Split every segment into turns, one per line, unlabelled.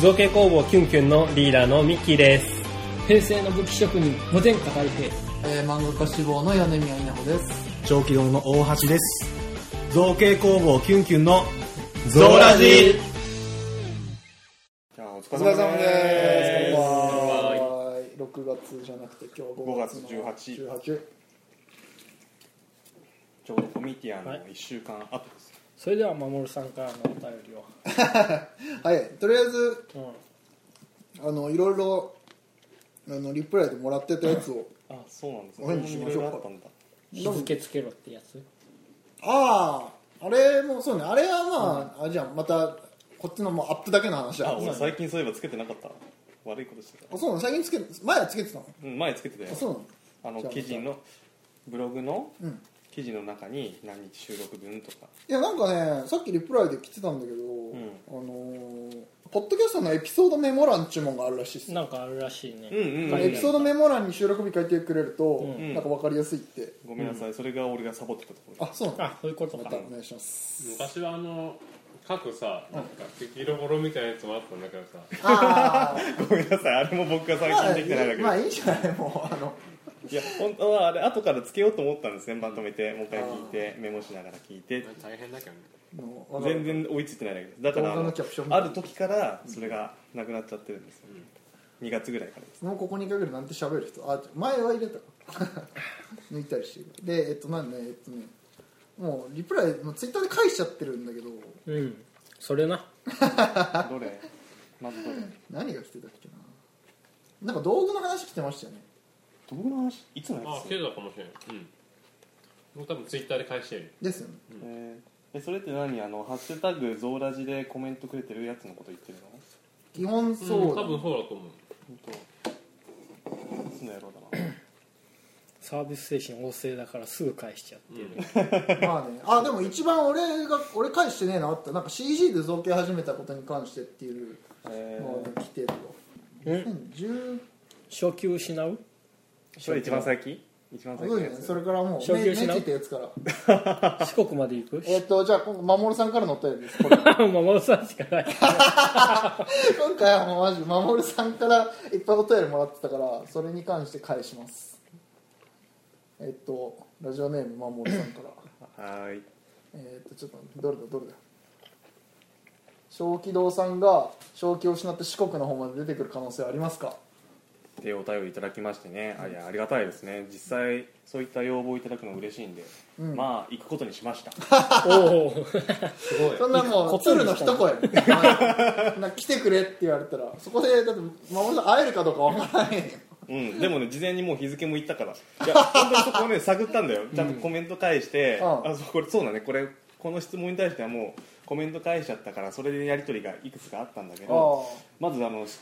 造形工房キュンキュンのリーダーのミッキーです。
平成の武器職人、無天下大平。
えー、漫画家志望の米宮稲穂です。
長期堂の大橋です造形工房キュンキュンのゾ
ーラジ
お疲れ
お疲れ様
様
で。
ですす。
はーい。6月じゃなくて今日は
5月18
18
ちょうどコミティア
は
の
い
1週間後です。
それでは、まもるさんからのお便りを。
はい。とりあえず
うん。
あのいろいろあのリプライでもらってたやつを。
あ、そうなんですね。
お返事しましょ
い
うか
ろいろあったんだ。
日付つけろってやつ。
ああ、あれもそうね。あれはまあ、あれじゃんまたこっちのもうアップだけの話だ。
あ、
あ、
俺最近そういえばつけてなかった。悪いことしてた。
そうなの。最近つけ前はつけてたの。
うん、前つけてたよ
あ、。そうなの。
あの
じゃあ
記事のブログの
うん
記事の中に何日収録分とか。
いやなんかねさっきリプライで来てたんだけど、あのーポッドキャストのエピソードメモ欄っちゅうもんがあるらしいっす、
なんかあるらしいね。
うんうん
書いてある
エピソードメモ欄に収録日書いてくれると、
ん
なんか分かりやすいって
ごめんなさい、それが俺がサボってたところ。
あそうな
あ、そういうこと
のま
か
た。お願いします
昔はあの各さなんか敵ロボロみたいなやつもあったんだけどさ
あー
ごめんなさい、あれも僕が最
まあ
近できてないだけ
まあ
で。
いいじゃないもうあの
いや、本当はあれ後からつけようと思ったんですね。まとめて、もう一回聞いて、メモしながら聞いて。
大変だけどね
のわかる
全然追いついてないだけですだからあ
動画の
の
キャプション
ある時からそれがなくなっちゃってるんですよ、2月ぐらいからです
もうここにかけるなんて喋る人あ前は入れた か抜いたりしてるでえっとなんでねえっとねもうリプライもうツイッターで返しちゃってるんだけど
うん。それな。
どれまずどれ
何が来てたっけななんか道具の話来てましたよね
どこの話いつのや
あ
つ
けどかもしれないうんもう多分ツイッターで返してる
ですよね
えーえそれって何あの「ハッシュタグゾーラジ」でコメントくれてるやつのこと言ってるの
基本そうだ、
多分そうだと思う
本当いつの野郎だな
サービス精神旺盛だからすぐ返しちゃう。
まあねあでも一番俺が俺返してねえなってなんか CG で造形始めたことに関してっていう
え
の
ー
が来てるよ、
え
2010
初級失う
それ一番最近一番
そ
最近
うだ
の
よ
や
ね
つ
それからもう
昇
ね
級
ね
しな
ついたやつから
四国まで行く
えっとじゃあ今回守さんからのお便りですこれ
まもるさんしかない。
今回はもうマジ守さんからいっぱいお便りもらってたからそれに関して返しますえっとラジオネーム守さんから
はーい
えー、っとちょっと待ってどれだどれだ小気道さんが正気を失って四国の方まで出てくる可能性はありますか
っていうお便りいただきましてねあいやありがたいですね実際そういった要望いただくの嬉しいんで、
うん
まあ行くことにしました
おお。
すごい
そんなもう鶴の一声はいなんか来てくれって言われたらそこでだって守さん会えるかどうかわからない
うん、でもね事前にもう日付も言ったからいや本当にそこをね探ったんだよちゃんとコメント返して、
うん
あそうこれそうだねこれこの質問に対してはもうコメント返しちゃったからそれでやり取りがいくつかあったんだけどまずあのし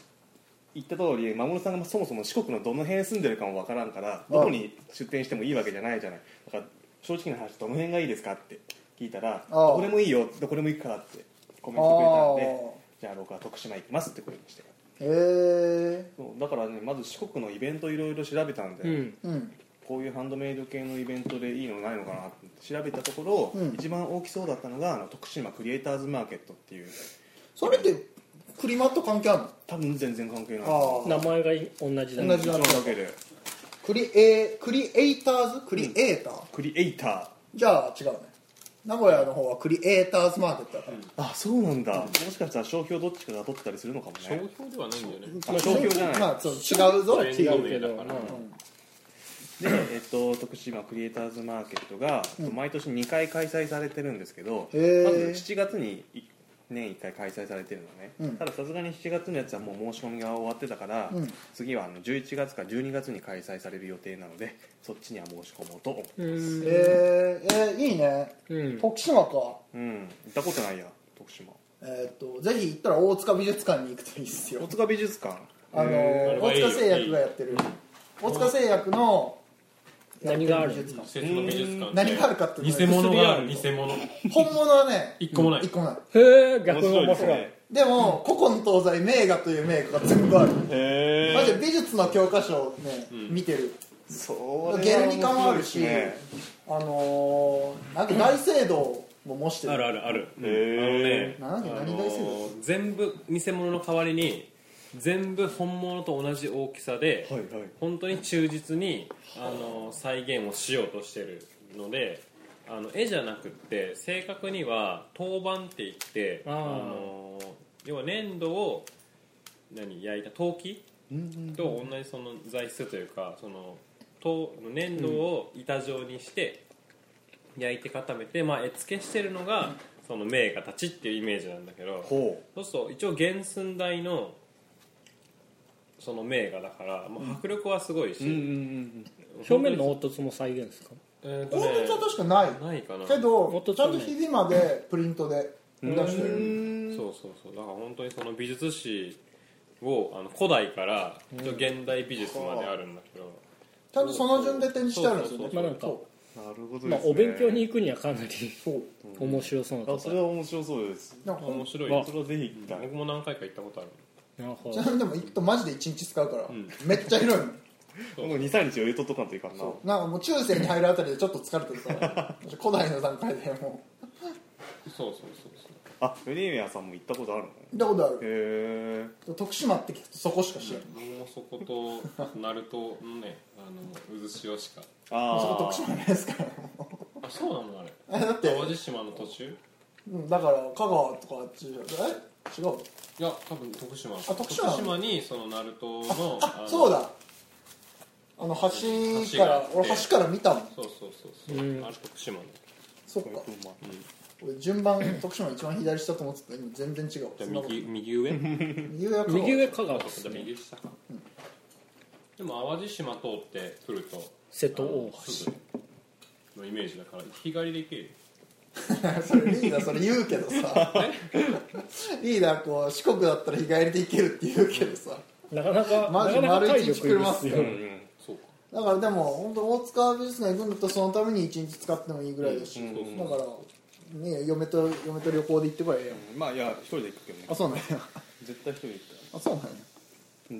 言った通り守さんがそもそも四国のどの辺住んでるかもわからんからどこに出店してもいいわけじゃないじゃないだから正直な話どの辺がいいですかって聞いたら
ああ
どこでもいいよどこでも行くからってコメン
あ
ト
あ
くれたんでじゃあ僕は徳島行きますってことにして
へえ
そうだからねまず四国のイベントいろいろ調べたんで、
うん。
うん
こういうハンドメイド系のイベントでいいのないのかなって調べたところ、
うん
一番大きそうだったのがあの徳島クリエイターズマーケットっていう
それってクリマと関係ある
多分全然関係ない
のあ
名前がい同じだ
同
ね
じ。
そのだけで
あクリエクリエイターズクリエイター、
クリエイター
じゃあ違うね名古屋の方はクリエイターズマーケットだから、
あそうなんだ、もしかしたら商標どっちかが取ってたりするのかも
商
ね
標ではないんだよね
まあ商標じゃない、
まあ、そう違うぞ
ブ
っ
レ
てい
ンド
う
名だか
う
ら
ん
で、えっと、徳島クリエイターズマーケットが、毎年2回開催されてるんですけど、
へー
まず7月にい年1回開催されてるのね、
うん
たださすがに7月のやつはもう申し込みが終わってたから、
うん
次はあの11月か12月に開催される予定なのでそっちには申し込もうと思う
うん。
えー、えー、いいね
うん。
徳島か
うん行ったことないや徳島
えーっとぜひ行ったら大塚美術館に行くといいっす
大
よ
塚美術館
あのー
ー
大塚製薬がやってる大塚製薬の
何がある
やって美術館
施設の美術館
何があるかっていうと
偽物がある偽物
本物はね
一個もない
一個もない
へえ、逆
面
に
白いで
面
す
白い。
ね
でも古今東西名画という名画が全部ある
へ
マジ
え
で美術の教科書をね見てる
それは面白いですね
ゲルニカもあるしあのーなんか大聖堂もう模して
あ
る
るあるある、うん
へ
ー何何大生物
全部偽物の代わりに全部本物と同じ大きさで、
はいはい
本当に忠実にあの再現をしようとしてるのであの絵じゃなくって正確には陶板って言って
あ
あ
ー
の要は粘土を何焼いた陶器と同じその材質というかその陶粘土を板状にして焼いて固めて、まあ、絵付けしてるのがその名画たちっていうイメージなんだけど
ほ
そうすると一応原寸大のその名画だから、まあ、迫力はすごいし、
ううんうん
表面の凹凸も再現ですか
えーと
凹
ね
凸は確かない
ないかな
け
もっ
ど
と
ちゃん
強
と
い
ひびまでプリントで出して
う
る
ん
そうそうそうだから本当にその美術史をあの古代から一応現代美術まであるんだけど、
ちゃんとその順で展示してあるんですよね
そ
まあなんか、
そ
なるほどですね
まあ、お勉強に行くにはかなり
うそう
面白そうな
あ
と
そ
こ
れは面白そうです
なんか
面白い
それはぜひ行きたい
僕も何回か行ったことある
なるほど
ちなみにでも一とマジで1日使うからめっちゃ広いの
もう23日余裕とっとかんといかんな
なんかもう中世に入るあたりでちょっと疲れてるから古代の段階でも
そうそうそうそう
あフェレーミアさんも行ったことあるの
う見たことある
へ
徳島って聞くとそこしか知らない
僕もそこと鳴門のねあの渦潮しか
えあ
そこ
あ
徳島ないですから
あそうなのあれ
えだって
淡路島の途中
うんだから香川とかあっちじゃないえ違う
いや多分徳島
あ徳島なの
にその鳴門の
あ
の
そうだあの橋か
橋があ
ら
って
俺橋から見たもん
そうそうそうそう、
うん
あれ徳島の
そっか俺順番徳島の一番左下と思ってた今全然違う
じゃ
そ
あ
んなこと
右右上
右上は香川
右上香川で
ちょ
す
っと
ね
右下か、でも淡路島通ってくると
瀬戸大
すぐのイメージだから日帰りできる
それリーダーそれ言うけどさリーダーこう四国だったら日帰りで行けるって言うけどさ
橋なかなか
マジ
なかなか
丸
体
一日
力
く
い
れ
り
ま
ますす
よ
よ
そうか
だからでも本当大塚美術館行くんだったらそのために一日使ってもいいぐらいだし、
うんうん
だからね嫁と嫁と旅行で行ってこいええよ
まあいや一人で行くけどね
あそうなんや
絶対一人で行った
あそうなんや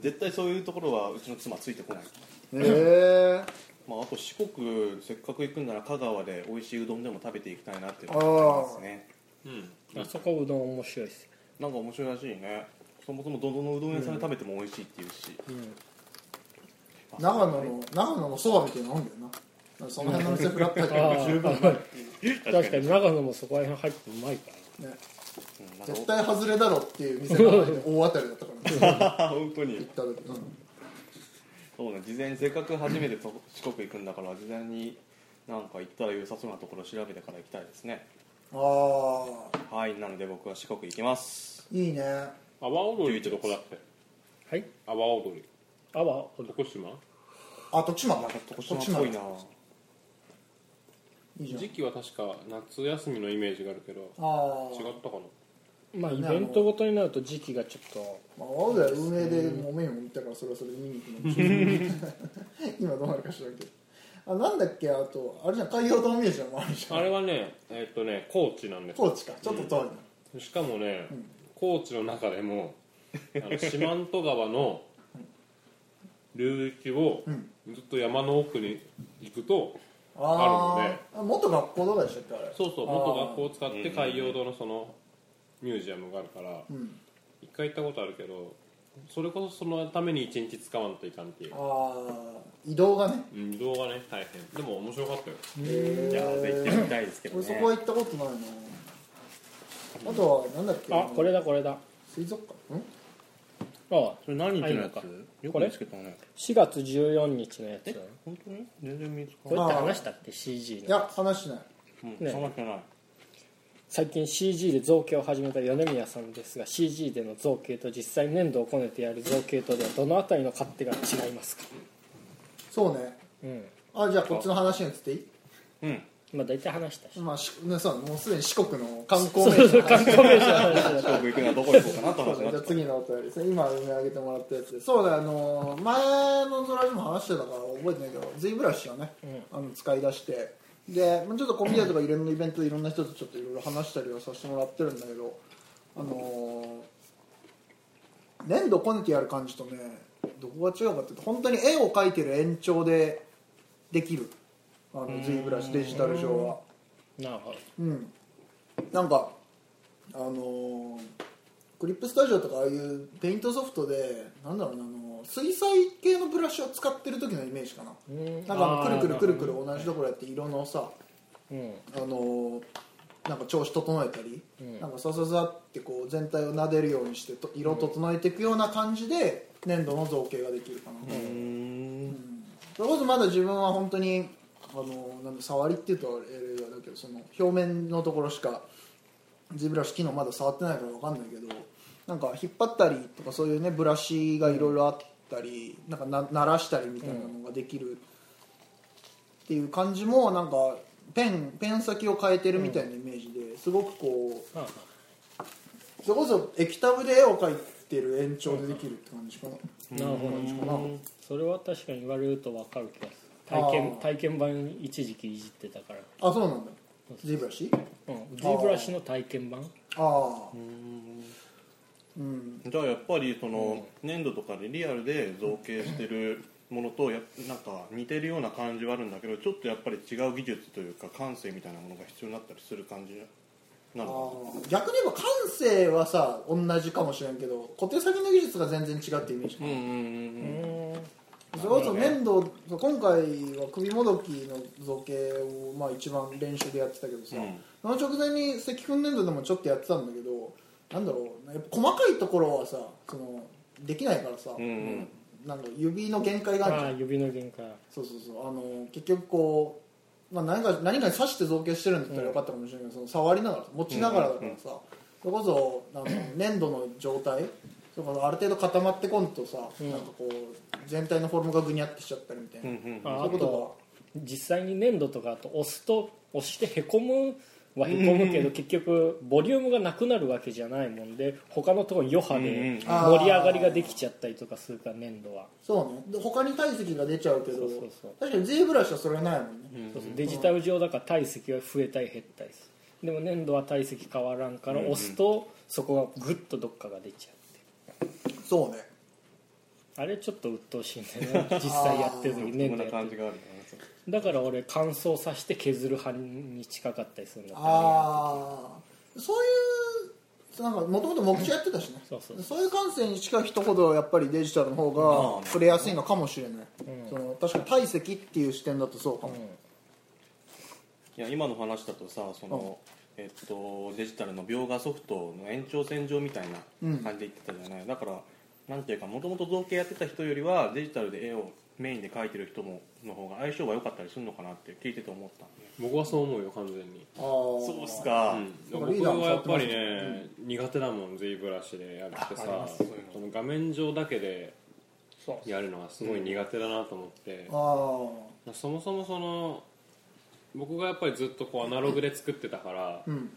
絶対そういうところはうちの妻ついてこない、
へえ
まあ、あと四国せっかく行くんなら香川で美味しいうどんでも食べていきたいなって
あー
思いますね
うん
あそこうどん面白いです
なんか面白いらしいねそもそもどのうどん屋さんで食べても美味しいっていうし、
長野の長野のそばみたいなもんだよななんかその辺の店フラッター
ああ
が十分
確かに長野もそこら辺入ってうまいから
ね
うんなんか
絶対外れだろっていう店が大当たりだったから ね
本当
行
に
った時、 うん
そうね事前にせっかく初めて と四国行くんだから事前になんか行ったら良さそうなところ調べてから行きたいですね
ああ
はいなので僕は四国行きます
いいね
阿波踊りってどこだって
はい
阿波踊り
あわほど
徳島
あ徳島
なんか徳島っぽいない
いじゃん
時期は確か夏休みのイメージがあるけど
ああ
違ったかな
まあイベントごとになると時期がちょっと
まあ、青で運営でもめんを見たからそれはそれで見に行くのもし れない今どうなるか知らんけどあなんだっけあとあれじゃん海洋ドミュージアムもあるじゃん
あれはねえっとね高知なんです
高知かちょっと遠いな、
しかもね、高知の中 でもあの四万十川の流域を
ん
ずっと山の奥に行くと、
あ
あ
ー
るので
あ元学校とかでしたっけあれ
そうそう
あー
元学校を使って海洋堂のそのミュージアムがあるから
うん
一回行ったことあるけどそれこそそのために一日使わんといかんっていう
あ、あ移動がね
うん、移動がね大変でも面白かったよ
いやーぜひ行ってみたいですけど
俺
ね
そこは行ったことないなあとはなんだっけ
あこれだこれだ
水族館ん
あ
それ何日のや
あいい
つよ
こ
く
れ
見つけたね
4月14日のやつ
え本当に全然見つ
こ
か
れ
ない
って話したっけ CG
い
の
や話しない
うん
ね
そんなわけ ない
最近 CG で造形を始めた米宮さんですが CG での造形と実際に粘土をこねてやる造形とではどのあたりの勝手が違いますか
そうね
うん
あじゃあこっちの話に移っていい
うん
まあ大体話したし
まあしねそうもうすでに四国の観光名
そう
所
そう
の話
観光名所の 話だ
僕行くのはどこ行こうかなと
そ
話にな
うか
っ
じ ゃあ
ちゃっ
次のお便りですね今埋め上げてもらったやつでそうだあのー前のドラジも話してたから覚えてないけど Z ブラシをね、あの使い出してでまあちょっとコンビニとかいろんなイベントでいろんな人とちょっといろいろ話したりはさせてもらってるんだけどあのー粘土こねてやる感じとねどこが違うかっていうと本当に絵を描いてる延長でできるあの Z ブラシデジタル上は。
なるほど
うん、なんかあのークリップスタジオとかああいうペイントソフトでなんだろうなあのー水彩系のブラシを使ってる時のイメージかな
うん
なんかあの
あー
くるくるくるくる同じところやって色のさ
うん
あのなんか調子整えたり、なんかさささってこう全体を撫でるようにしてと色整えていくような感じで粘土の造形ができるかな、うんそれこそまだ自分は本当にあのなんだ触りっていうとあれだけどその表面のところしか G ブラシ機能まだ触ってないから分かんないけどなんか引っ張ったりとかそういうねブラシがいろいろあったり、なんかな鳴らしたりみたいなのができる。っていう感じもなんかペンペン先を変えてるみたいなイメージですごくこう、
うん
それこそ液タブで絵を描いてる延長でできるって感じかな、
なるほどそれは確かに言われると分かる気がする体験
あー
体験版一時期いじってたから、
あそうなんだジブラシ
うん、G ブラシの体験版
ああうん
じゃあやっぱりその粘土とかでリアルで造形してるものとやなんか似てるような感じはあるんだけどちょっとやっぱり違う技術というか感性みたいなものが必要になったりする感じな
あ
の
ー逆に言えば感性はさ同じかもしれんけど小手先の技術が全然違うってイメージか
う
な、
んうん
それこそ粘土そう今回は首もどきの造形をまあ一番練習でやってたけどさ、
うん
その直前に石粉粘土でもちょっとやってたんだけどなんだろうなやっぱ細かいところはさそのできないからさ、
うんうん
なんか指の限界があるじゃん
ああ指の限界
そうそうそうあの結局こう、まあ、何か何かに刺して造形してるんだったらよかったかもしれないけど、その触りながら持ちながらだからさ、それこそあの粘土の状態それからある程度固まってこんとさ、
うん
なんかこう全体のフォルムがぐにゃってしちゃったりみたいな、
うんうん
そう
あ
い
あ
うこと
と実際に粘土とかあと押すと押してへこむはへこむけど結局ボリュームがなくなるわけじゃないもんで他のところに余波
うんうん
で
あー
盛り上がりができちゃったりとかするから粘土は
そうねで他に体積が出ちゃうけど
そうそうそう
確かに Z ブラシはそれないもんね、
そうそうデジタル上だから体積は増えたり減ったりするでも粘土は体積変わらんから
うんうん
押すとそこがグッとどっかが出ちゃうっていう
そうね
あれちょっと鬱陶しいんだ よね実際やってる時
こ
粘
ん
土
な
やって
感じ
る
がある
だから俺乾燥させて削る派に近かったりするんだったら
ああそういうなんかもともと目標やってたしね
そうそう
いう感性に近い人ほどやっぱりデジタルの方が触れやすいのかもしれない、その確かに体積っていう視点だとそうかも、
いや今の話だとさその、えっと、デジタルの描画ソフトの延長線上みたいな感じで言ってたじゃない、だからなんていうかもともと造形やってた人よりはデジタルで絵をメインで描いてる人もの方が相性が良かったりするのかなって聞いてて思ったんで
僕はそう思うよ完全に、
ああ
そうっすか、
う
な
ん、
んかリー
僕
ダーも
は
触
や
っ
って
ま
ぱ
す
り
ね
ね、苦手だもん Z ブラシでやるって
ああり
さ
ますそういうの
その画面上だけで
そう
やるのがすごい苦手だなと思って、
ああ
そもそもその僕がやっぱりずっとこうアナログで作ってたから、
うん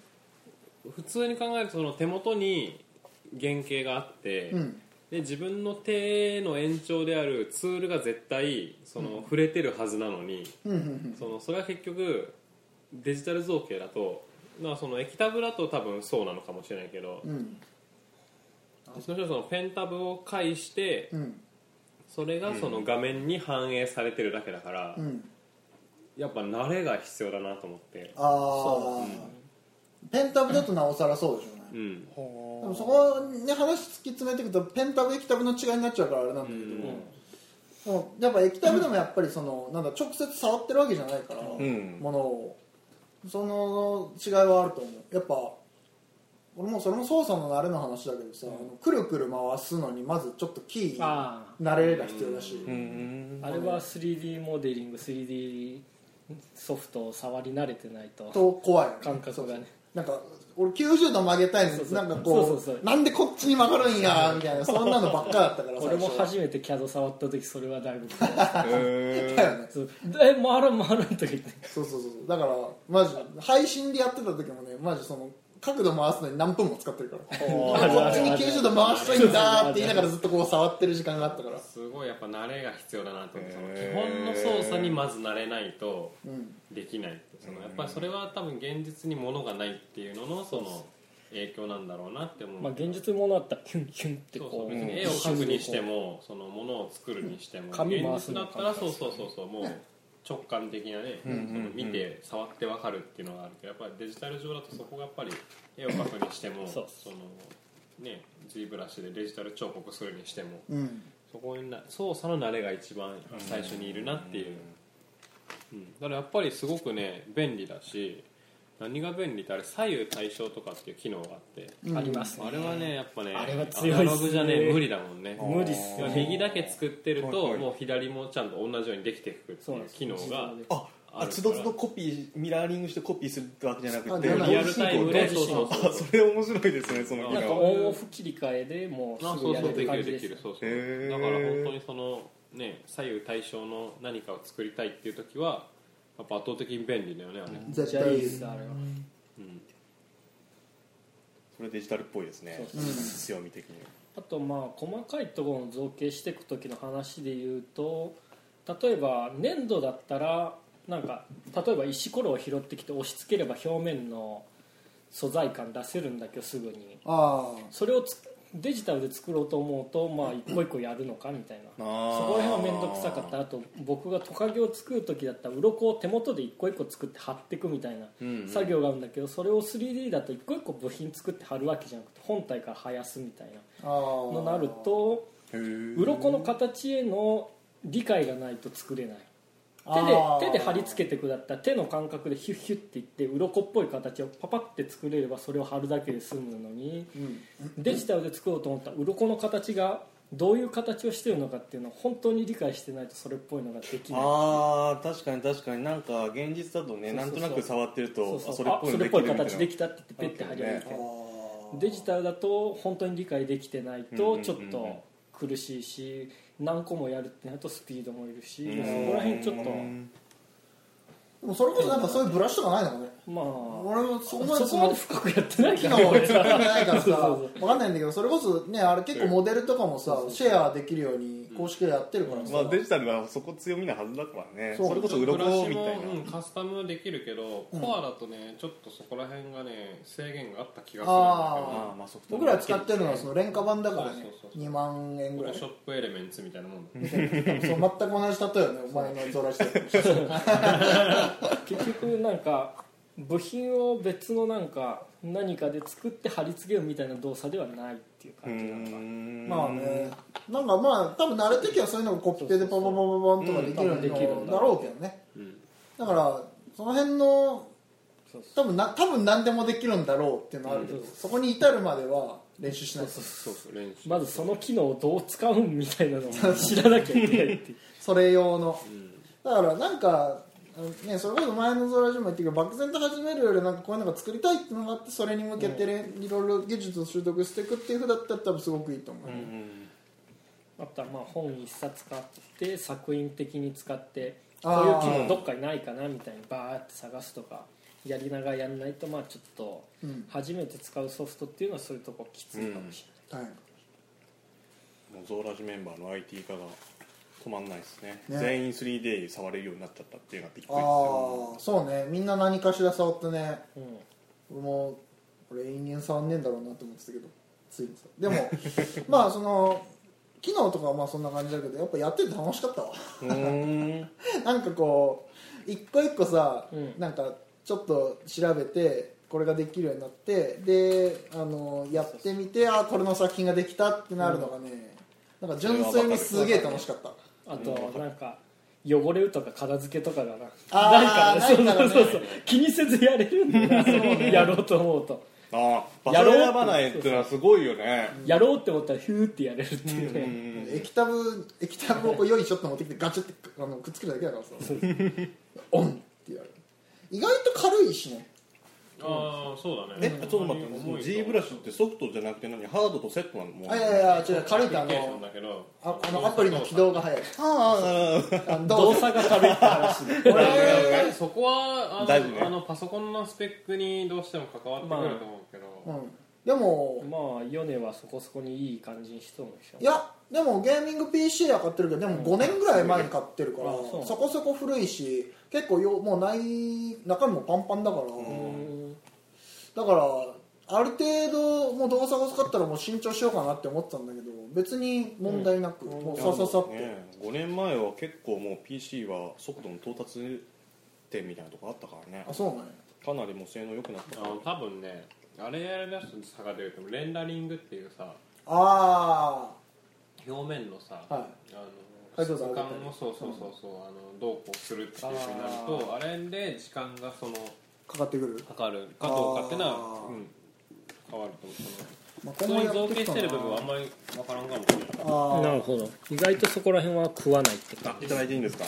普通に考えるとその手元に原型があって、
うん
で自分の手の延長であるツールが絶対その触れてるはずなのに、
うんうんうん
そのそれは結局デジタル造形だとまあその液タブだと多分そうなのかもしれないけど、
うん
その人はそのペンタブを介して
うん
それがその画面に反映されてるだけだから、
うん
やっぱ慣れが必要だなと思って、
ああ、ペンタブだとなおさらそうでしょうね、
うん、
でもそこね話突き詰めていくとペンタブ液タブの違いになっちゃうからあれなんだけど、でもやっぱ液タブでもやっぱりその、なんだ直接触ってるわけじゃないから、
ん
ものをその違いはあると思うやっぱ俺もそれも操作の慣れの話だけどさ、あのくるくる回すのにまずちょっとキー
あ
慣れが必要だし、
うん
あれは 3D モデリング 3D ソフトを触り慣れてないと
と怖いよね
感覚がね
なんか俺90度曲げたいのに
そうそう
なんかこう
そうそうそう
なんでこっちに曲がるんやみたいなそんなのばっかだったか ら
俺も
最初
初めて CAD 触った時それはだいぶ
だよね
そうえ回るん回るんとか言って
そうそうそうそうだからマジ配信でやってた時もねマジその角度回すのに何分も使ってるからこ
あるあ
っ
る
ちに90度回したいんだーって言いながらずっとこう触ってる時間があったから
すごいやっぱ慣れが必要だなと思ってその基
へ
本
ー
の操作にまず慣れないと
うん
できないってそのやっぱりそれは多分現実に物がないっていうののその影響なんだろうなって思う、
まあ現実ものだったらキュンキュンって
そうそ
こ
う
う
別に絵を描くにしてもその物を作るにしても
紙回
現
す
実
の
だ
も
ったらそうそうそうそうもう直感的なね、
んうんうん
その見て触ってわかるっていうのがあるけどやっぱりデジタル上だとそこがやっぱり絵を描くにしても
そう
のね G ブラシでデジタル彫刻するにしても
うん
そこにな操作の慣れが一番最初にいるなっていう、うん、だからやっぱりすごくね便利だし何が便利ってあれ左右対称とかっていう機能があって、
ん
ありますね
あれはねやっぱね
あれは強いっすね
アナログじゃね無理だもんね
無理っすよね
右だけ作ってる
はいは
と
い
もう左もちゃんと同じようにできていくって
そう
い
なん
う
です
機能が
ああつどつどコピーミラーリングしてコピーするってわけじゃな
あ
く
で
て
も
リアルタイムで
同時
そうそ
進行
う
あ
そう
それ面白いですねその機
なんか
能
オンオフ切り替えでもう
あ
す
そ
ぐ
う
や
そう
れ
で
る
き
感
る
じ
で
で
き
す
るそうそう
へー
だから本当にそのね左右対称の何かを作りたいっていう時はやっぱ圧倒的に便利だよねあれ、
絶
ジャ
対
イズあれは
うん
それデジタルっぽいですね
そう
そう
強み的に
あとまあ細かいところの造形していく時の話で言うと例えば粘土だったらなんか例えば石ころを拾ってきて押し付ければ表面の素材感出せるんだけどすぐに
ああ
それをつデジタルで作ろうと思うとまあ一個一個やるのかみたいな
そ
そ
こ
こら辺は面倒くさかったあと僕がトカゲを作る時だったら鱗を手元で一個一個作って貼っていくみたいな
うんうん
作業があるんだけどそれを 3D だと一個一個部品作って貼るわけじゃなくて本体から生やすみたい
ああ
なのなると
へー
鱗の形への理解がないと作れない手で
あー
手で貼り付けてくだったら手の感覚でヒュッヒュッっていって鱗っぽい形をパパって作れればそれを貼るだけで済むのに
うん
デジタルで作ろうと思ったら鱗の形がどういう形をしてるのかっていうのを本当に理解してないとそれっぽいのができない
あー確かに確かになんか現実だと
そうそう
ね
そう
なんとなく触ってる
そ
と
うそう
あそれっぽ
あ
い
それっ
のでき
ぽい
るみたいな
形できたって言ってペッて貼りゃいいみたいなデジタルだと本当に理解できてない
うんうん
と
うんうん
ちょっと苦しいし何個もやるってなるとスピードもいるし
う
そ
ん
こら辺ちょっ
うん
でもそれこそなんかそういうブラシとかないのね
とま
俺もそこま
あ
で
そこまで深くやってない
機
か
能
ら
を
俺
作ってないから さ
そうそう
わかんないんだけどそれこそねあれ結構モデルとかもさシェアできるように公式でやってるからさ、
まあデジタルはそこ強みなはずだからね
そう
それこそ
ブ
鱗
ラシ
みたい
も
な
うんカスタムできるけど、
うん
コアだとねちょっとそこら辺がね制限があった気がするんだ
あ
あーまあソフトウェア
僕ら使ってるのはその廉価版だから
そう
ね
そうそう
2万円
け
ぐ
ど
ら
ね
い
ショップエレメンツみたいなもんだね
そう全く同じ例えよねお前のゾラしてる
結局なんか部品を別のなんか何かで作って貼り付けるみたいな動作ではないっていう
うー
感じなんか
ん
まあねなんかまあ多分慣れてきゃそういうのがコピペでパパパパパンとか
う
できる
ん多分できる
ん
ん
だ
だ
ろうけどね
うん
だからその辺の
そうそ
多分な多分何でもできるんだろうっていうのはあるけど、そこに至るまでは練習しないとそ
そうそう練習
まずその機能をどう使うんみたいなのを知らなきゃいけないっていう
れ用の
うん
だからなんか、うんね、それこそ前のゾラジオも言ってるけど漠然と始めるよりなんかこういうのが作りたいっていうのがあってそれに向けて、ねいろいろ技術を習得していくっていうふうだったら多分すごくいいと思う、
あとはまあ本一冊買って作品的に使ってこ
あ
ういう
ー
機能どっかにないかなみたいにバーって探すとかやりながらやんないとまあちょっと
うん
初めて使うソフトっていうのはそういうとこきついかもし
はい
もうゾーラジメンバーの IT 化が止まんないですね
ね
全員 3D 触れるようになっちゃったっていうのはびっく
あ
りですよ
あそうねみんな何かしら触ってね
れない、うん
俺も俺永遠触んねえんだろうなと思ってたけどついにさでもまあその機能とかはまあそんな感じだけどやっぱやってて楽しかったわ
うーん
なんかこう一個一個さ、
うん
なんかちょっと調べてこれができるようになってであのやってみてあこれの作品ができたってなるのがね、なんか純粋にすげえ楽しかった
あとなんか汚れるとか片付けとかがな
あ
ない
ー
から
ないから
ねそ
ね
うそうそう気にせずやれるんだなやろうと思うと
ああ場所選ばないっていうのはすごいよね
やろうって思ったらヒューってやれるっていう
う
ね
ん
液タブ液タブをこうよいしょって持ってきてガチャってあのくっつけるだけだからさオンって言われる意外と軽いしね
ああそうだね
えちょっと待って
重い
G ブラシってソフトじゃなくて何ハードとセットなのもう
あいやいや違う軽いってあ
アプリケーション
の
だけど
ああのアプリの起動が早い
ああなるほど
あのど
動
う
作が軽いって話で
これやっぱりそこはあの
大事ね
あのパソコンのスペックにどうしても関わってくると思うけど、
うんでも
まあヨネはそこそこにいい感じにしてるんでしょ
いやでもゲーミング PC は買ってるけどでも5年ぐらい前に買ってるから、
あそう
そこそこ古いし結構よもうない中身もパンパンだから、
うん
だからある程度もう動作が遅かったらもう慎重しようかなって思ってたんだけど別に問題なく、もうさささって、
ね、5年前は結構もう PC は速度の到達点みたいなとこあったからね
あそうなんや
かなりもう性能良くなった
あの多分ねあれやりだした差が出るとレンダリングっていうさ
あ
表面のさ、
あはい
あ
解
の
像
質
度上げたり
感をそうそうそうそう、あのどうこうするっていうふうになるとあれで時間がその
かかってくる、
かかるかどうかっていうのは
あー
うん、変わると思うその
まあ、
普通に造形
きた
してる部分はあんまり分からんかもしれない
な
あー
るほど意外とそこら辺は食わないってか
いただいていいんですか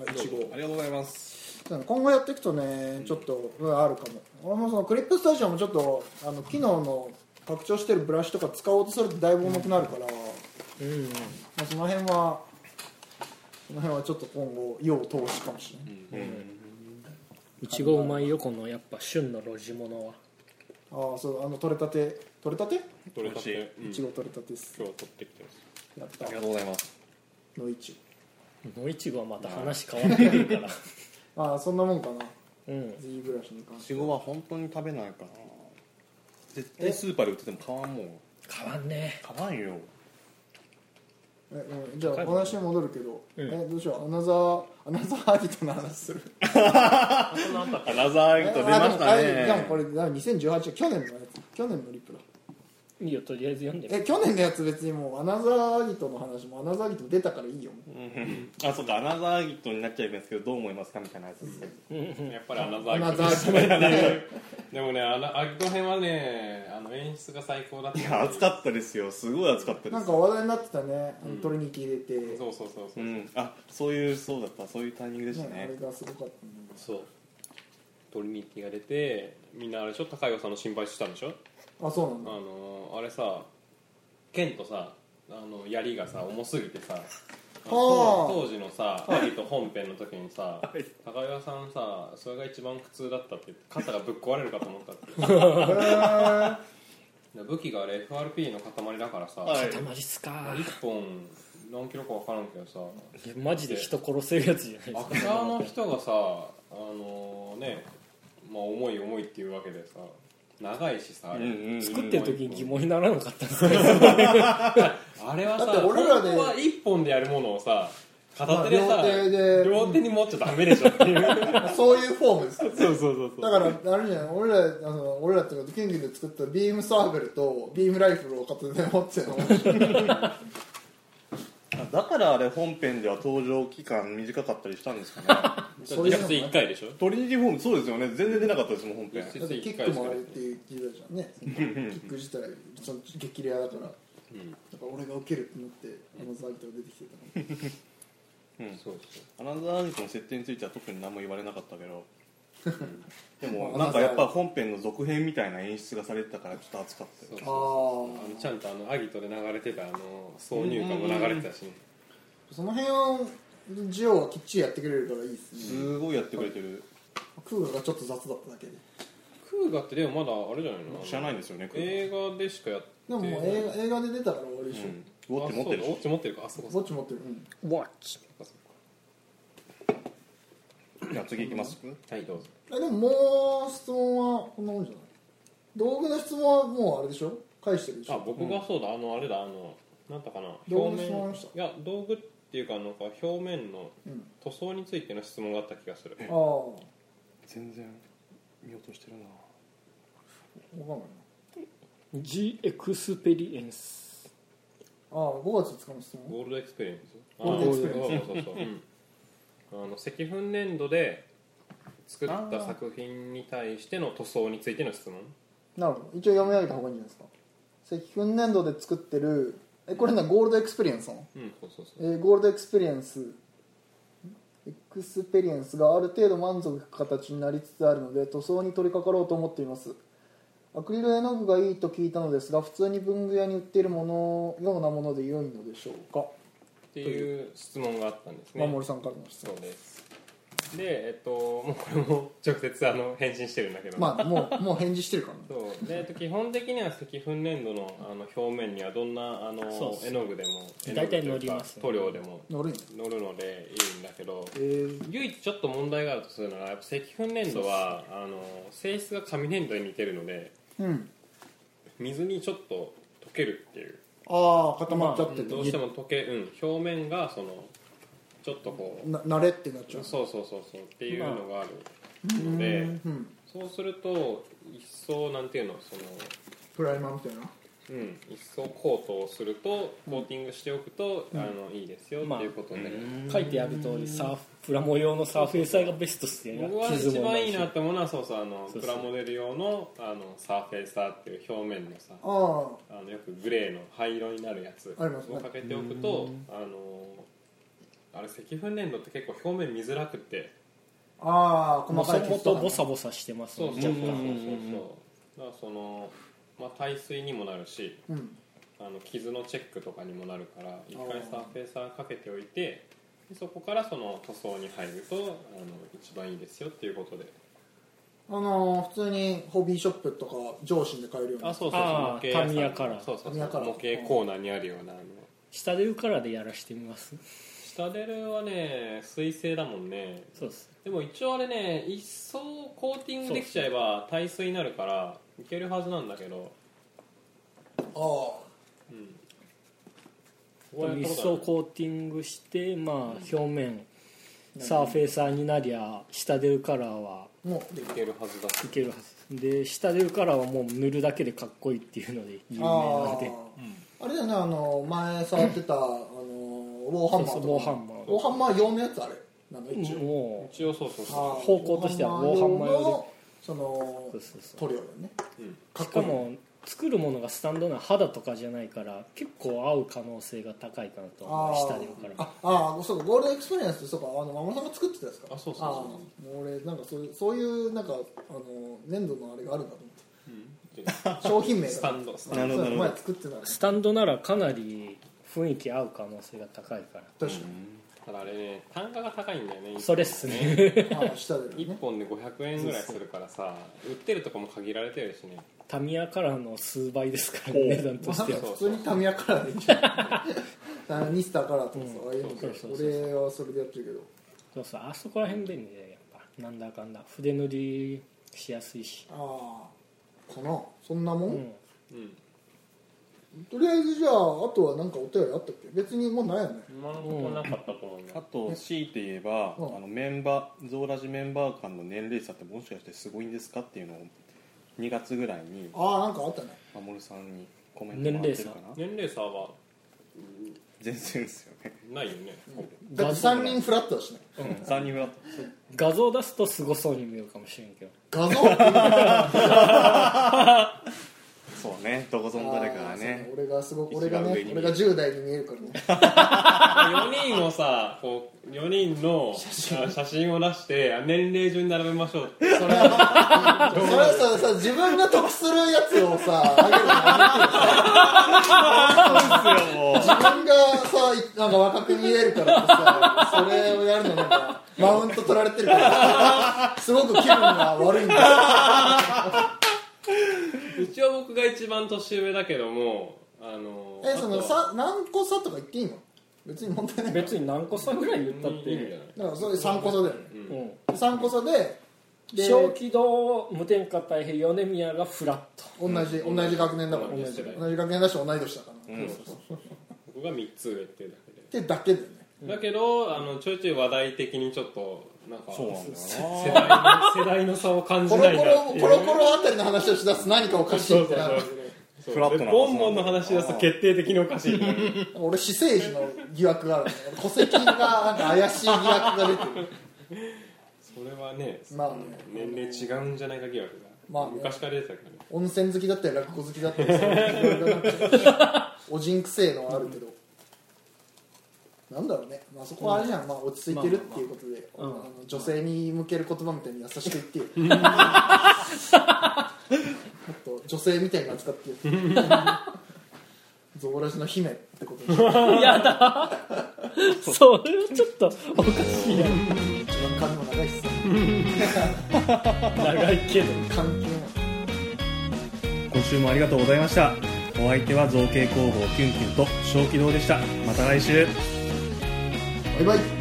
あいちご
ありがとうございます
そうだね今後やっていくとねちょっと、うんあるかも俺もそのクリップスタジオもちょっとあの機能の拡張してるブラシとか使おうとするとだいぶ重くなるから、ま
うんうん
あ、その辺はその辺はちょっと今後用を通しかもしれない、
いちごうまいよこのやっぱ旬の路地物は
ああそうあの取れたて取れたて
取れたて、うん
いちご取れたてです、
今日取ってきてます
やった
ありがとうございます
のいち
のいちごはまた話変わってくるから
ごああそんなもんかな
うん、
Z ブラシに関し
ち
て
ごは本当に食べないから絶対スーパーで売ってても買わんもん
変わんね
買わんよ
えうんじゃあお話に戻るけど、
うん
えどうしようアナザーアナザーアーティットの話する
アナザーエクト出ました
あでもあでも
ね
これ2018年去年のやつ去年のリプだ
いいよとりあえず読んでみ
え去年のやつ別にもうアナザーアギトの話もアナザーアギト出たからいいよ
うんあそっかアナザーエクトになっちゃいますけどどう思いますかみたいなやつですね
やっぱりアナザ
アナ
ー
ザーアギト
でもねあの秋戸編はねあの演出が最高だった
いや暑かったですよすごい暑かったで
なん
す
か話題になってたねあのトリニティ出て、ね
そうそうそうそうう、
んあそういうそうだったそういうタイミングでした
あ
ね
れがすごかったね
そうトリニティが出てみんなあれでしょ高岩さんの心配してたんでしょ
あそうなん
あ
だ
のーあれさ剣とさあの槍がさ重すぎてさ
あー
当時のさ「アリと本編の時にさ高岩さんさそれが一番苦痛だったって言って肩がぶっ壊れるかと思ったってで武器があれ FRP の塊だからさ、
はい
たまりっすか
1本何キロか分からんけどさ
いやマジで人殺せるやつじゃないで
ア
すか
クターの人がさあのねまあ重い重いっていうわけでさ長いしさ、あれ
作ってる時に疑問にならなかったんですか
あれはさ
だって俺らで
本当は1本でやるものをさ片手でさ、
まあ両手で
両手に持っちゃダメでしょっていう
そういうフォームです
そうそうそうそう
だからあれじゃない俺らあの俺らっていうかキングで作ったビームサーベルとビームライフルを片手で持ってるの
あだからあれ本編では登場期間短かったりしたんですかね
そういうのも
1回でしょ
トリニティフォームそうですよね全然出なかったですもん本編
実
だってキックもあれっていう聞いたじゃんねキック自体その激レアだから、だから俺が受けるってなってアナザーアギトが出てきてたの
そう
アナザーアギトの設定については特に何も言われなかったけどで
ま
も
あ
なんかやっぱ本編の続編みたいな演出がされてたからちょっと熱かった
そう
よ
そう
あ
あ
あ
のちゃんとあのアギトで流れてたあの挿入歌も流れてたし、
その辺はジオはきっちりやってくれるからいいですね、
すごいやってくれてる
クーガがちょっと雑だっただけで
クーガってでもまだあれじゃないの
知らないんですよね
映画でしかやって
でももう映画映画で出たから終わりでし
う
ょ、
んウォッチ持ってる
あそう
でし
ウォッチ持ってるかあそうか
ぼ
そう
っち持ってる、うん、
「Watch
かそう
ょじゃあ次行きます
かはいどうぞ
えでももう質問はこんなもんじゃない道具の質問はもうあれでしょ返してるでし
あ
ょ
僕がそうだ、あのあれだあのなんだかな
道具
表
の
面
質問あり
い
まし
や道具っていうかなんか表面の
うん
塗装についての質問があった気がする
ああわ
全然見落としてるな
かんないな」
G エクスペリエンス
ああ5月使うの質問
ゴールドエクスペリエンス
ゴールドエクスペリ
ンスそうそうそうそう、うんあの石粉粘土で作った作品に対しての塗装についての質問
なるほど一応読み上げた方がいいんじゃないですか石粉粘土で作ってるえこれねゴールドエクスペリエンスなの
うんそうそうそう
えーゴールドエクスペリエンスエクスペリエンスがある程度満足いく形になりつつあるので塗装に取り掛かろうと思っていますアクリル絵の具がいいと聞いたのですが普通に文具屋に売っているものようなもので良いのでしょうか
っていう質問があったんですね
守、さんからの質
そ
問
うですでえっともうこれも直接あの返信してるんだけど
まあも うもう返事してるからね
そうでえっと基本的には石粉粘土のあの表面にはどんなあ
そうっ
の
す
絵の具でも絵の具
大
と
体
いうか
乗りますね
塗料でも
乗るんや
乗るのでいいんだけど
えー、
唯一ちょっと問題があるとするならやっぱ石粉粘土はあの性質が紙粘土に似てるので
うん
水にちょっと溶けるっていう
ああ固まっちゃってて、
どうしても溶け、うん、表面がそのちょっとこう
な慣れってなっちゃう
そうそうそうそうっていうのがあるので、
うん
そうすると一層なんていうのその
プライマーみたいな
うん、一層コートをするとコーティングしておくと、あのいいですよっていうことになります、
書いてある通りサーフプラモ用のサーフェイサーがベストっすね
僕は
傷
一
もな
番
い
いい
し
なって思うのはそうそうあの
そうそう
プラモデル用のあのサーフェイサーっていう表面のさ
ああ
あのよくグレーの灰色になるやつ
ありますね
をかけておくとあのあれ石粉粘土って結構表面見づらくて
ああ
もと
細かい
も
傷
と
か
ボサボサしてます
そう
ね
そう
若
そうそうそう
干
だからその、まあ、耐水にもなるし
うん
あの傷のチェックとかにもなるから一回サーフェイサーかけておいてでそこからその塗装に入るとあの一番いいですよっていうことで
あのー普通にホビーショップとか上司で買えるような
あそうそう
あー
そう模型屋さん
タミヤカラー
そうそう
タミ
そ
ヤ
う
カラー
模型コーナーにあるようなあの
下で浮からでやらしてみます
下デルはね水性だもんね
そうです
でも一応あれね一層コーティングできちゃえば耐水になるからいけるはずなんだけど
あ
うんここはやったこ
一
と
層
ない
コーティングしてまあ表面サーフェイサーになりゃ下で浮からは
あもうでき
い
て
けるはずだ
いけるはずで下で浮からはもう塗るだけでかっこいいっていうので有名
あ
なんで
ああれだよねあの前触ってたあのウォーハンマー
そ
と
うそう
か
ウォーハンマー
ウォーハンマー用のやつあれなの一応
も
一応そうそうそう
ああ
方向としてはウォーハンマー用で
ウォのその
そうそうそう
塗料だよね
うん
う
かっ
し
こ
か
いい
も作るものがスタンドな肌とかじゃないから結構合う可能性が高いかなと
あ
思う
あ
下で浮から
あああそうかゴールデンエクスペリエンスってそうかあのママさんが作ってたやつか
あそうそうそう
ああもう俺なんかそういうそういうなんかあの粘土のあれがあるんだと
うん
思って商品名が
スタンドスタ
な
ン
るほど
そう
なるほど
前作ってたね
スタンドならかなり雰囲気合う可能性が高いから
確か
ドただあれね単価が高いんだよね一本
それっすね
にああ下で
一
ね
本で500円ぐらいするからさ売ってるとこも限られてるしね
タミヤからの数倍ですからね値段としては
そう
普通にタミヤカラーでいいじゃんあのミスターカラーとかさああいうの
そうそうそうそう
俺はそれでやってるけど
そうそうあそこら辺便利だよやっぱなんだかんだ筆塗りしやすいし
ああかなそんなもん、
うん
うん
とりあえずじゃああとはなんかお便りあったっけ別にもうないよね
今のとこなかったと思い
あ
ま
と強いて言えば、
うん
あのメンバーゾーラジメンバー間の年齢差ってもしかしてすごいんですかっていうのを2月ぐらいに
ああなんかあったね
守さんにコメントもらってるかな
す年齢差は
全然ですよね
ないよね
だって3人フラットだしね
3人は
画像出すとすごそうに見えるかもしれんけど
画像っていう
そうねどこぞの誰かが
あー
ね
そう俺がすごく俺が
一番
ね
上に
俺が10代に見え るからね
4人をさこう4人のあ写真を出してあ年齢順に並べましょうってそれは
それはささ自分が得するやつをさあげるのやめてよ自分がさいなんか若く見えるからってさそれをやるのなんかマウント取られてるからすごく気分が悪いんだよ
一応僕が一番年上だけどもあの
えその
あとは
さ何個差とか言っていいの別に問題ないだか
別に何個差ぐらい言ったっ
いいんじゃ
て
ない
らそれ3個差だよね
うん
3個差でで
小気道無添加太平米宮がフラット
同じ同じ学年だから
同じ世代
同じ学年だし同い年だからっ
僕が3つ上っていうだけで
てだけだよね
だけどあのちょいちょい話題的にちょっとなんか
そうなんだよ
世代の世代の差を感
コ
じ
ロ
ない
コロ
なってい
コ
う
ロコロあたりの話をしだすと何かおかしいみたいな
そうそうそう
フラットな
ボンボンの話だと決定的におか しい
俺私生児の疑惑があるね戸籍がなんか怪しい疑惑が出てる
それはね
まあね
年齢違うんじゃないか疑惑が、
まあね
昔から出てたからね
温泉好きだったり落語好きだったりそういう色々なんかおじんくせえのはあるけどなんだろうね、まあ、そこはあれじゃん、まあ、落ち着いてるっていうことで、
まあまあまあ
あの女性に向ける言葉みたいに優しく言ってよ もっと女性みたいに扱ってよ ゾウラジの姫ってことにしよう
やだそれはちょっ とおかしいやん
一番髪も長いしさ
長いけど
関係ない
今週もありがとうございましたお相手は造形工房キュンキュンと小気道でしたまた来週
バイバイ